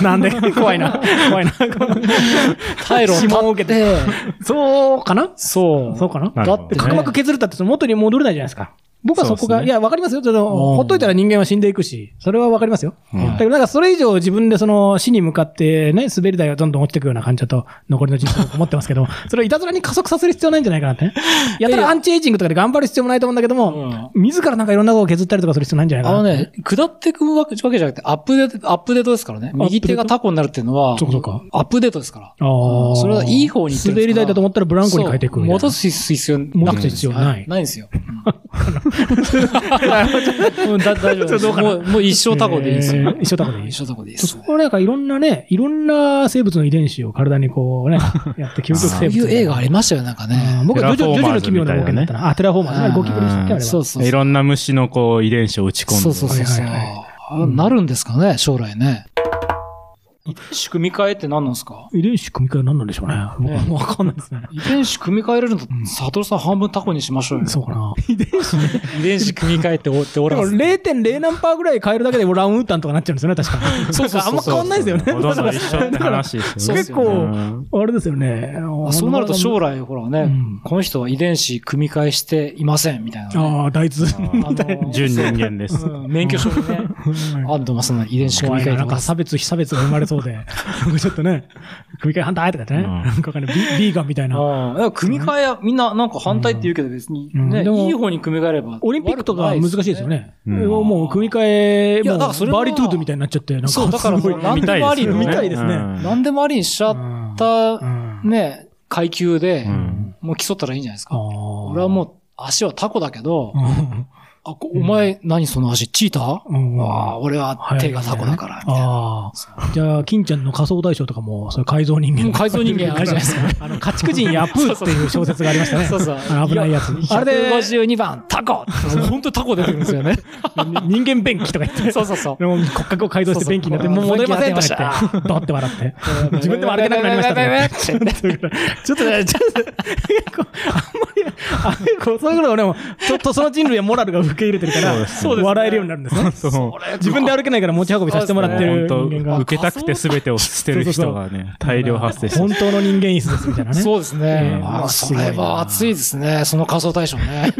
Speaker 1: うなんで、なんで、怖いな、怖い な。
Speaker 3: 退路
Speaker 1: 指紋
Speaker 3: を
Speaker 1: を受け
Speaker 3: 立って、
Speaker 1: そうかな
Speaker 3: そう。
Speaker 1: そうかな
Speaker 2: なるほどね
Speaker 1: で角膜削れたってその元に戻れないじゃないですか。僕はそこ
Speaker 2: そう
Speaker 1: が、
Speaker 2: ですね
Speaker 1: いや、わかりますよ。その
Speaker 3: うん
Speaker 1: ほっといたら人間は死んでいくし、それはわかりますよ。
Speaker 2: うん
Speaker 1: だけどなんかそれ以上自分でその死に向かってね、滑り台がどんどん落ちていくような感じだと、残りの人生僕思ってますけど、 それをいたずらに加速させる必要ないんじゃないかなってね。やたらアンチエイジングとかで頑張る必要もないと思うんだけども、自らなんかいろんなことを削ったりとかする必要ないんじゃない
Speaker 3: あ
Speaker 1: かな。
Speaker 3: のね、下っていくわけじゃなくて、アップデート、アップデートですからね。
Speaker 1: デート
Speaker 3: 右手がタコになるっていうのは、
Speaker 1: そうかそうか
Speaker 3: アップデートですから。
Speaker 1: あー
Speaker 3: それはいい方に行ってるんで
Speaker 1: 滑
Speaker 3: すから
Speaker 1: り台だと思ったらブランコに変えていく
Speaker 3: そう
Speaker 1: みたいな
Speaker 3: 戻す必要なくて
Speaker 1: 戻す必要ない
Speaker 3: はいないんですよ。 うんだ大丈夫です。もうもう一生タコでいいですよ
Speaker 1: え。ー一生タコでいい
Speaker 3: 一生タコでいいです
Speaker 1: そ。こはなんかいろんなね、いろんな生物の遺伝子を体にこうね、やって究極
Speaker 3: そう
Speaker 1: 生物。
Speaker 3: いう映画ありましたよ、なんかね。
Speaker 1: 僕はジョジョジョジョの奇妙な冒険だったな。あ、テラフォーマーズ。あれゴキブリでしたっけあれは。
Speaker 3: そうそうそう
Speaker 2: いろんな虫のこう遺伝子を打ち込んで。
Speaker 3: そうそうそうそう。
Speaker 1: はいはい
Speaker 3: あなるんですかね、将来ね。仕組み換えって何なんですか
Speaker 1: 遺伝子組み換えは何なんでしょうね。僕
Speaker 3: ね
Speaker 1: はわかんないですね。
Speaker 3: 遺伝子組み換えれるのと、サトルさん半分タコにしましょうよ。
Speaker 1: そうかな。
Speaker 3: 遺伝子組み換えておってお
Speaker 1: で
Speaker 3: ら
Speaker 1: も
Speaker 3: ず。
Speaker 1: 0.0何パーぐらい変えるだけでランウータンとかなっちゃうんですよね、確か。
Speaker 3: そうそうそうそう
Speaker 1: あんま変わんないですよね。
Speaker 2: ほとんど一緒って
Speaker 1: だから
Speaker 2: 話ですよね。
Speaker 1: 結構、あれですよね。
Speaker 3: あそうなると将来、ほらね、
Speaker 1: うん
Speaker 3: この人は遺伝子組み換えしていません、みたいなね、
Speaker 1: ああ、大豆みたい
Speaker 3: あの
Speaker 2: 純人間です。
Speaker 3: うん免許証にね、
Speaker 1: な。
Speaker 3: アンドマスの遺伝子組
Speaker 1: 怖
Speaker 3: み
Speaker 1: い
Speaker 3: 換え
Speaker 1: な、
Speaker 3: て
Speaker 1: なん
Speaker 3: ま
Speaker 1: か
Speaker 3: す。
Speaker 1: 差別、非差別が生まれそうで。なんかちょっとね、組み換え反対とかってね。
Speaker 2: うん
Speaker 1: なんかわかんないビビーガンみたいな。
Speaker 3: うんだから組み換えは、みんななんか反対って言うけど別に、
Speaker 1: うん
Speaker 3: ね、
Speaker 1: でも
Speaker 3: いい方に組み換えれば。
Speaker 1: オリンピックとかは難しいですよね。
Speaker 2: うん
Speaker 1: もう組み替え、
Speaker 3: いや
Speaker 1: もう
Speaker 3: だからそれは
Speaker 1: バーリトゥードみたいになっちゃって、なんか
Speaker 3: そうだから
Speaker 1: すごい
Speaker 3: もうなん
Speaker 2: 見たいですよね。
Speaker 1: 見たいですね
Speaker 2: うん
Speaker 3: 何でもありにしちゃった、ね、階級で、
Speaker 2: うん
Speaker 3: もう競ったらいいんじゃないですか。俺
Speaker 1: 俺
Speaker 3: はもう足はタコだけど、
Speaker 1: うん、
Speaker 3: あこお前何その足チーター、
Speaker 1: うん
Speaker 3: ああ、俺は手がタコだから、みたいな。
Speaker 1: ああ。じゃあ、金ちゃんの仮想大賞とかも、それ改造人間。
Speaker 3: もう改造人間あるじゃないですか。
Speaker 1: あの、家畜人ヤプーっていう小説がありましたね。
Speaker 3: そうそう
Speaker 1: あの危ないやつ。あ
Speaker 3: あ
Speaker 1: れ
Speaker 3: れ
Speaker 1: で、
Speaker 3: 52番、タコ本当タコ出てくるんですよね。
Speaker 1: 人間便器とか言って。
Speaker 3: そうそうそう。
Speaker 1: もう骨格を改造して便器になって、
Speaker 3: そうそ
Speaker 1: も
Speaker 3: う
Speaker 1: う戻れませんと
Speaker 3: 便器にな
Speaker 1: か
Speaker 3: っ
Speaker 1: 言って、ドって笑って。 自分でも歩けなくなりましたとか言って。 ちょ っとね、ちょっと、結構、あんまり、あこうそういうこと俺も、ちょっとその人類はモラルが受け入れてるから、笑えるようになるんですね。
Speaker 2: そう。
Speaker 1: 自分で歩けないから持ち運びさせてもらってる
Speaker 2: 本
Speaker 1: 人間
Speaker 2: 当
Speaker 1: が。
Speaker 2: 受けたくて全てを捨てる人がね、大量発生して
Speaker 1: 本当の人間椅子ですみたいなね。
Speaker 3: そうですね。
Speaker 1: うん
Speaker 3: あそれは熱いですね。その仮想大賞ね。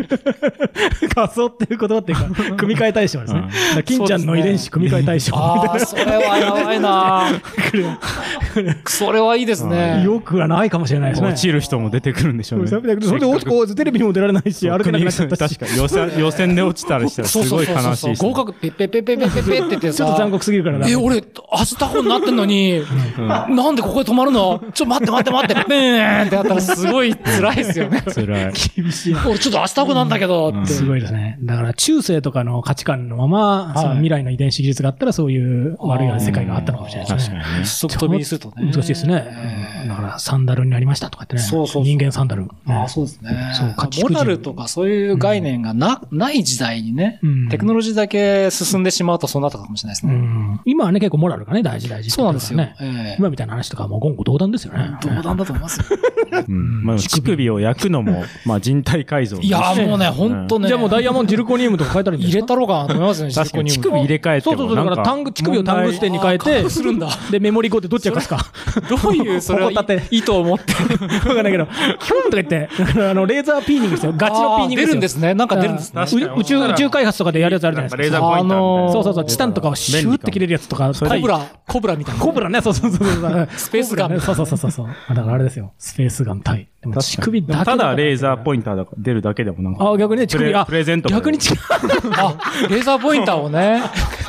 Speaker 1: 仮想っていう言葉っていうか、組み替え対象ですね。
Speaker 2: うん
Speaker 1: だから金ちゃんの遺伝子組み替え対象みたい
Speaker 3: ああ、それはやばいな。 それはいいです
Speaker 1: な。
Speaker 3: ね。
Speaker 1: よくはないかもしれないですね。
Speaker 2: 落ちる人も出てくるんでしょうね。
Speaker 1: それで、それで落ちこうテレビにも出られないし、歩けなくなっちゃったし。
Speaker 2: 確かに 予選予選で落ちたりしたらす
Speaker 3: そうそ
Speaker 2: ご
Speaker 3: う
Speaker 2: い
Speaker 3: そ
Speaker 2: 悲
Speaker 3: うそう
Speaker 2: しいし
Speaker 3: 合格ペッペッペッペッペッペッペッってって
Speaker 1: ちょ
Speaker 3: さ
Speaker 1: っと残酷すぎるからな。
Speaker 3: え、俺、足タコになってんのに、なんでここで止まるのちょ、待って待って待って、ペーンってやったらすごい辛いですよね。
Speaker 2: 辛い。
Speaker 1: 厳しいな。
Speaker 3: 俺ちょっと足タコなんだけど、って。
Speaker 1: すごいですね。だから中世とかの価値観のまま、その未来の遺伝子技術があったらそういう悪い世界があったのかもしれないです
Speaker 2: 確か
Speaker 1: ね。
Speaker 2: にね。
Speaker 3: 一足飛びにするとね。
Speaker 1: 難しいですね。だからサンダルになりましたとかってね。
Speaker 3: そうそうそう
Speaker 1: 人間サンダル。
Speaker 3: ああ、そうですね。
Speaker 1: そう
Speaker 3: まあ
Speaker 1: 家畜
Speaker 3: モ
Speaker 1: 人
Speaker 3: ラルとかそういう概念がな、ない時代にね、
Speaker 1: うん
Speaker 3: テクノロジーだけ進んでしまうとそうなったかもしれないです
Speaker 1: う
Speaker 3: ね。
Speaker 1: ん今はね、結構モラルがね、大事大事って
Speaker 3: そう
Speaker 1: こ
Speaker 3: なん
Speaker 1: とだか
Speaker 3: ですよ。
Speaker 1: ら
Speaker 3: え
Speaker 1: ね。
Speaker 3: え
Speaker 1: 今みたいな話とかはもう言語道断ですよね。
Speaker 3: 冗談だと思いますよ。
Speaker 2: うんまあ、乳首を焼くのも、まあ、人体改造。
Speaker 3: いやー、もうね、ほんとね。
Speaker 1: じゃあもうダイヤモンド、ジルコニウムとか変えたらいいん
Speaker 3: 入
Speaker 1: じゃ
Speaker 3: れ
Speaker 1: ない
Speaker 3: たろうかなと思いますね、
Speaker 2: 確かに
Speaker 3: 乳
Speaker 2: 乳
Speaker 3: 首
Speaker 2: 首
Speaker 3: に
Speaker 2: 入れ替えて
Speaker 1: そう
Speaker 2: も
Speaker 1: そうそう、だからタング乳首をタングステンに変え
Speaker 3: 問題
Speaker 1: て、
Speaker 3: あーするんだ
Speaker 1: で、メモリー5ってどっちが勝つか。
Speaker 3: どういう、それは
Speaker 1: ホコタテ
Speaker 3: 意図を持って。
Speaker 1: わかんないけど、キョンとか言って、だからあの、レーザーピーニングですよ。ガチのピーニング
Speaker 3: あー出るんですねなんか出るんですね
Speaker 1: う宇宙、宇宙開発とかでやるやつあるじゃないですか。
Speaker 2: レーザーポインターみたいな
Speaker 3: あのー
Speaker 1: そうそうそう、チタンとかをシューって切れるやつとか、
Speaker 3: コブ
Speaker 1: ラ。
Speaker 3: ラ、コブラみたいな。
Speaker 1: コブラね、そうそうそうそう。
Speaker 3: スペースガン
Speaker 1: コブラねそうそうそうそうそう。だからあれですよ、スペースガン対。でも乳首だけ
Speaker 2: た
Speaker 1: から
Speaker 2: だレーザーポインターだから出るだけでもなんか。
Speaker 1: あ、逆にね、乳
Speaker 2: プ
Speaker 1: 首、
Speaker 2: レ
Speaker 1: あ、
Speaker 2: プレゼント
Speaker 1: 逆に乳首、
Speaker 3: あ、レーザーポインターをね。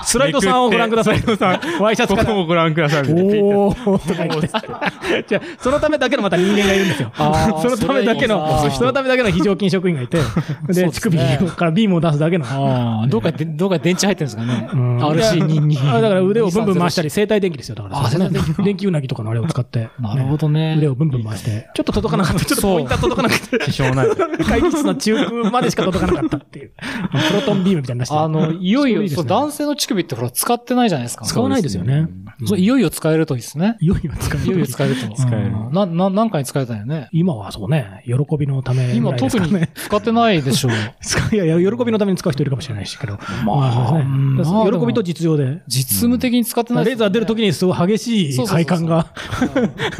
Speaker 1: スライドさんをご覧ください。
Speaker 2: スライドさん
Speaker 1: ワイシャツから
Speaker 2: ここをご覧くださいみたいな。
Speaker 1: おーとか言って。じゃあそのためだけのまた人間がいるんですよ。
Speaker 3: あ ー
Speaker 1: そのためだけ
Speaker 3: それいい
Speaker 1: の、
Speaker 3: な
Speaker 1: そのためだけの非常勤職員がいて、
Speaker 3: そう
Speaker 1: で、
Speaker 3: で
Speaker 1: 乳
Speaker 3: す
Speaker 1: 首
Speaker 3: ね
Speaker 1: からビームを出すだけの。
Speaker 3: ああ、どっかで、どっかで電池入ってるんですかね。
Speaker 1: うん
Speaker 3: RC22。
Speaker 1: あだから腕をブンブン回したり、生体電気ですよ。だから。
Speaker 3: あ生体電気か
Speaker 1: 電気うなぎとかのあれを使 って。
Speaker 3: なるほどね
Speaker 1: 腕をブンブン回して。ちょっと届かなかった。ちょっとポインター届かなくて。
Speaker 2: 支障ない。
Speaker 1: 会議室の中空までしか届かなかったっていう。 プロトンビームみたいになして。
Speaker 3: あの、いよいよ、そう、
Speaker 1: 男
Speaker 3: 男性の乳首ってほら、使ってないじゃないですか。
Speaker 1: 使わないですよね。
Speaker 3: そう、いよいよ使えるといいですね。
Speaker 1: いよいよ使
Speaker 3: いよいよ
Speaker 1: う。
Speaker 3: 使えると。
Speaker 2: 使える
Speaker 3: うんな、な、何回に使えたんよね。
Speaker 1: 今はそうね、喜びのためぐ
Speaker 3: 今
Speaker 1: らいです
Speaker 3: 特
Speaker 1: かね。
Speaker 3: に使ってないでしょう。
Speaker 1: 使 ういやいや、喜びのために使う人いるかもしれないしけど。ま
Speaker 3: あ
Speaker 1: ねだから
Speaker 3: まあでも
Speaker 1: 喜びと実用で。
Speaker 3: 実務的に使ってない
Speaker 1: レーザー出ると
Speaker 3: き
Speaker 1: きにすごい激しい快感が、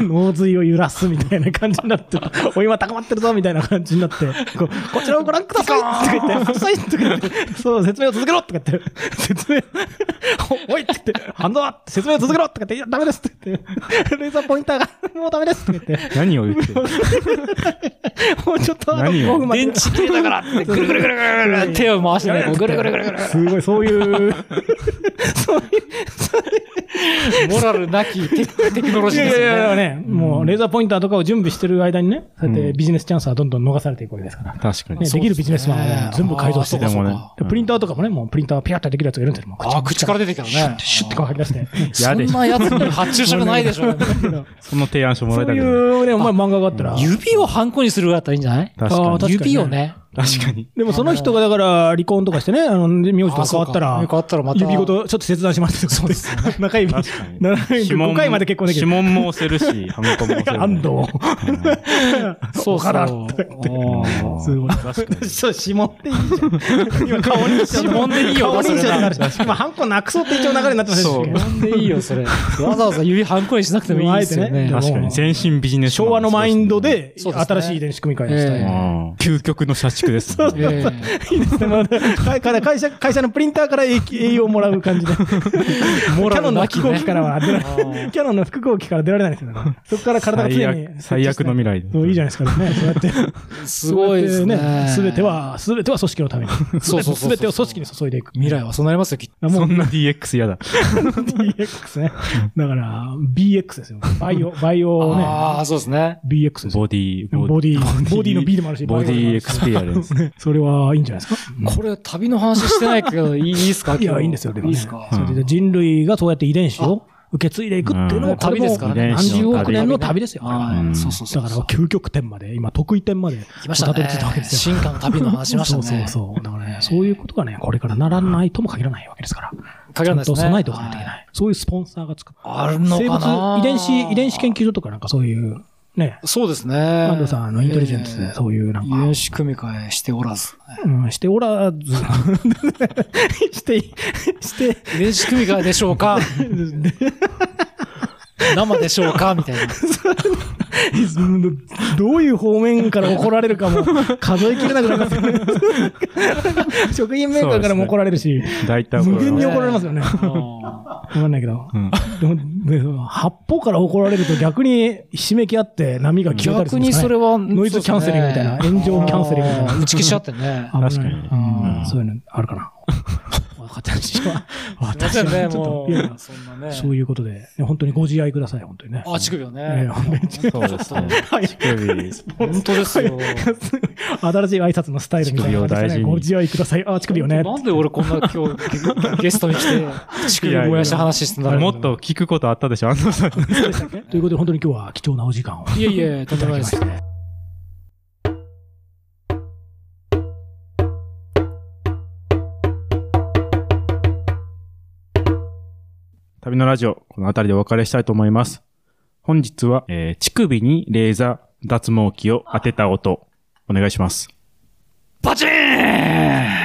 Speaker 1: 脳髄を揺らすみたいな感じになって、お今高まってるぞみたいな感じになって、こうこちらをご覧くださいとか言って、くださいとか言って、そう、説明を続けろとか言って、説明、おおいって言って、反動は説明を続けろとか言って、いや、ダメですって言って、レーザーポインターが、もうダメですって言って、
Speaker 2: 何を言ってる
Speaker 1: もうちょっとあと
Speaker 2: 何を
Speaker 1: 5分まで。
Speaker 3: 電池切れだからって、ぐるぐるぐるぐるぐる手を回してね、こうぐるぐるぐるぐる。
Speaker 1: すごい、そういう、
Speaker 3: モラルなきテクテクノロ
Speaker 1: い
Speaker 3: ジー
Speaker 1: や
Speaker 3: で
Speaker 1: い
Speaker 3: すよね。
Speaker 1: やいやね、もうレーザーポインターとかを準備してる間にね、そうやってビジネスチャンスはどんどん逃されていくわけですから。ね
Speaker 2: 確かに
Speaker 1: で。きるビジネスマンはね全部改造して
Speaker 3: あーそうか
Speaker 2: でもね
Speaker 3: そうか
Speaker 1: でプリンターとかもね、もうプリンターピャッとできるやつがいるんですよ。もう
Speaker 3: あー、口から出てきたね。
Speaker 1: シュッてこう吐き出 して。
Speaker 2: やで
Speaker 3: そんなやつに発注職ないでし ょ。
Speaker 2: その提案書も
Speaker 1: そう
Speaker 2: らえた
Speaker 1: い
Speaker 2: けど。
Speaker 1: うね、お前漫画があったら。
Speaker 3: 指をハンコにするぐらいだったらいいんじゃない
Speaker 2: 確
Speaker 1: あー
Speaker 2: か
Speaker 1: 確か
Speaker 2: に。
Speaker 1: にね
Speaker 3: 指をね。
Speaker 2: 確かに。
Speaker 1: でもその人がだから離婚とかしてね、あの、名字とか変わった
Speaker 3: あ
Speaker 1: ら
Speaker 3: そうか、変わったらまた
Speaker 1: 指ごとちょっと切断しますそうです。 中指、
Speaker 2: 確かに。
Speaker 1: 中指
Speaker 2: 指紋
Speaker 1: 5回まで結婚でき
Speaker 2: 指
Speaker 1: る。
Speaker 2: 紋も押せるし、ハンコも押せる。
Speaker 1: 安藤。
Speaker 3: そうそう。
Speaker 1: 岡田
Speaker 2: うん
Speaker 1: すごい。
Speaker 2: 確かに。
Speaker 1: そう、指紋っていいじゃん。今、顔認証。
Speaker 3: 指紋でいいよ
Speaker 1: 顔認証になる。今、ハンコなくそうって一応流れになってました
Speaker 2: そう
Speaker 1: し。
Speaker 3: なんでいいよ、それ。わざわざ指ハンコにしなくてもいいですよ
Speaker 1: あえ
Speaker 3: ね
Speaker 1: て。ね
Speaker 2: 確かに。全身ビジネスマン
Speaker 1: 昭和のマインド。で、
Speaker 3: そうですね
Speaker 1: 新しい遺伝子組み換えをしたい。
Speaker 2: う
Speaker 3: え
Speaker 2: ん究極の社畜ですね。
Speaker 3: ええ
Speaker 1: いいですね。まあ 会会会社、会社のプリンターから栄栄養をもらう感 じで。キ
Speaker 3: モラ
Speaker 1: ャノ
Speaker 3: ル
Speaker 1: ンの
Speaker 3: なき
Speaker 1: 複
Speaker 3: ね
Speaker 1: 合機からは出られ
Speaker 3: あ
Speaker 1: キャノンの複合機から出られないですよね。そこから体が
Speaker 2: 最
Speaker 1: 常に
Speaker 2: 悪、最悪の未来
Speaker 1: そういいじゃないですかね。そうやって。
Speaker 3: すごいですね。
Speaker 1: すべて。は、すべては組織のために。
Speaker 3: そうそうそう
Speaker 1: すべてを組織に注いでいく。
Speaker 3: 未来はそうなりますよ、きっと。
Speaker 1: も
Speaker 2: そ
Speaker 1: うん
Speaker 2: な DX 嫌だ。
Speaker 1: DX ね。 だから、BX ですよ。バイオ、バイオね。
Speaker 3: ああ、そうですね。
Speaker 1: BX ですよ。
Speaker 2: ボディ、
Speaker 1: ボディ、ボディの B でもあるし、
Speaker 2: ボディエクスペリエンス。
Speaker 1: ねそれはいいんじゃないですか。
Speaker 3: これ、旅の話してないけど、いいいいですか
Speaker 1: いや、いいんですよ、
Speaker 3: い
Speaker 1: で
Speaker 3: い
Speaker 1: もね
Speaker 3: ですか
Speaker 1: それで人類がそうやって遺伝子を受け継いでいくっていうの
Speaker 2: う
Speaker 1: も、これ
Speaker 2: ん
Speaker 3: 旅
Speaker 1: も
Speaker 3: ですからね。
Speaker 2: 遺伝
Speaker 1: 何
Speaker 2: 子
Speaker 1: 十
Speaker 2: の旅
Speaker 1: 億年の旅ですよ。これは
Speaker 3: は
Speaker 2: う
Speaker 3: い。
Speaker 2: ん
Speaker 3: そうそうそ
Speaker 1: だ
Speaker 3: う。
Speaker 1: から、究極点まで、今、得意点まで、
Speaker 3: 来ました
Speaker 1: たどり着いたわけ
Speaker 3: ね。
Speaker 1: ですよ。
Speaker 3: 進化の旅の話しましたね。
Speaker 1: そうそうそう。だからね、そういうことがね、これからならないとも限らないわけですから。
Speaker 3: 限らないですね
Speaker 1: ちゃんと備えておかないといけない。そういうスポンサーがつく。
Speaker 3: あるのかな
Speaker 1: 生物遺伝子、遺伝子研究所とかなんかそういう、ね、
Speaker 3: そうですね。
Speaker 1: 安
Speaker 3: 安
Speaker 1: 藤さん、あの、インテリジェンスで、そういうなん
Speaker 3: 遺
Speaker 1: か、
Speaker 3: 伝子組み換えしておらず。
Speaker 1: うん、しておらず、 して、して、
Speaker 3: 遺伝子組み換えでしょ うか生でしょうかみたいな。
Speaker 1: どういう方面から怒られるかも数えきれなくなりますよね。 食品メーカーからも怒られるし、
Speaker 2: 大体
Speaker 1: 無
Speaker 2: これ
Speaker 1: 限に
Speaker 2: は。
Speaker 1: 怒られますよね。
Speaker 3: あ
Speaker 1: わかんないけど。
Speaker 2: うん
Speaker 1: でもでも、八方から怒られると逆にひしめき合って波が
Speaker 3: ー
Speaker 1: 消えたりす
Speaker 3: 逆
Speaker 1: るんで
Speaker 3: に
Speaker 1: す
Speaker 3: そ
Speaker 1: かね
Speaker 3: れは、
Speaker 1: ノイズキャンセリングみたいな炎上キャンセリングみたいな
Speaker 3: あー打ち消しちゃってね。
Speaker 1: 危ない
Speaker 2: 確かに
Speaker 1: う
Speaker 2: うんん
Speaker 1: そういうのあるかな。私 は、私
Speaker 3: すいません
Speaker 1: は
Speaker 3: ね、
Speaker 1: ちょっ
Speaker 3: も
Speaker 1: といやいや
Speaker 3: う。、そんなね。
Speaker 1: そういうことで、本当にご自愛ください、本当にね。
Speaker 3: あ、乳首を
Speaker 1: ええ
Speaker 3: ね。
Speaker 1: 本当に
Speaker 2: そうですね。
Speaker 1: はい
Speaker 2: 乳首。
Speaker 3: 本当ですよ。
Speaker 1: 新しい挨拶のスタイルみたいな感じで
Speaker 2: 乳首を大事
Speaker 1: ね。
Speaker 2: に
Speaker 1: ご自愛ください。あ、乳首をね。
Speaker 3: なんで俺こんな今日ゲゲストに来て、乳首燃やした話してんだろう。
Speaker 2: もっと聞くことあったでしょ、安藤さん。
Speaker 1: ということで、本当に今日は貴重なお時間を。
Speaker 3: いやいや、とんでもないです。
Speaker 2: 旅のラジオ、この辺りでお別れしたいと思います。本日は、えー乳首にレーザー、脱毛器を当てた音、お願いします。
Speaker 3: バチーン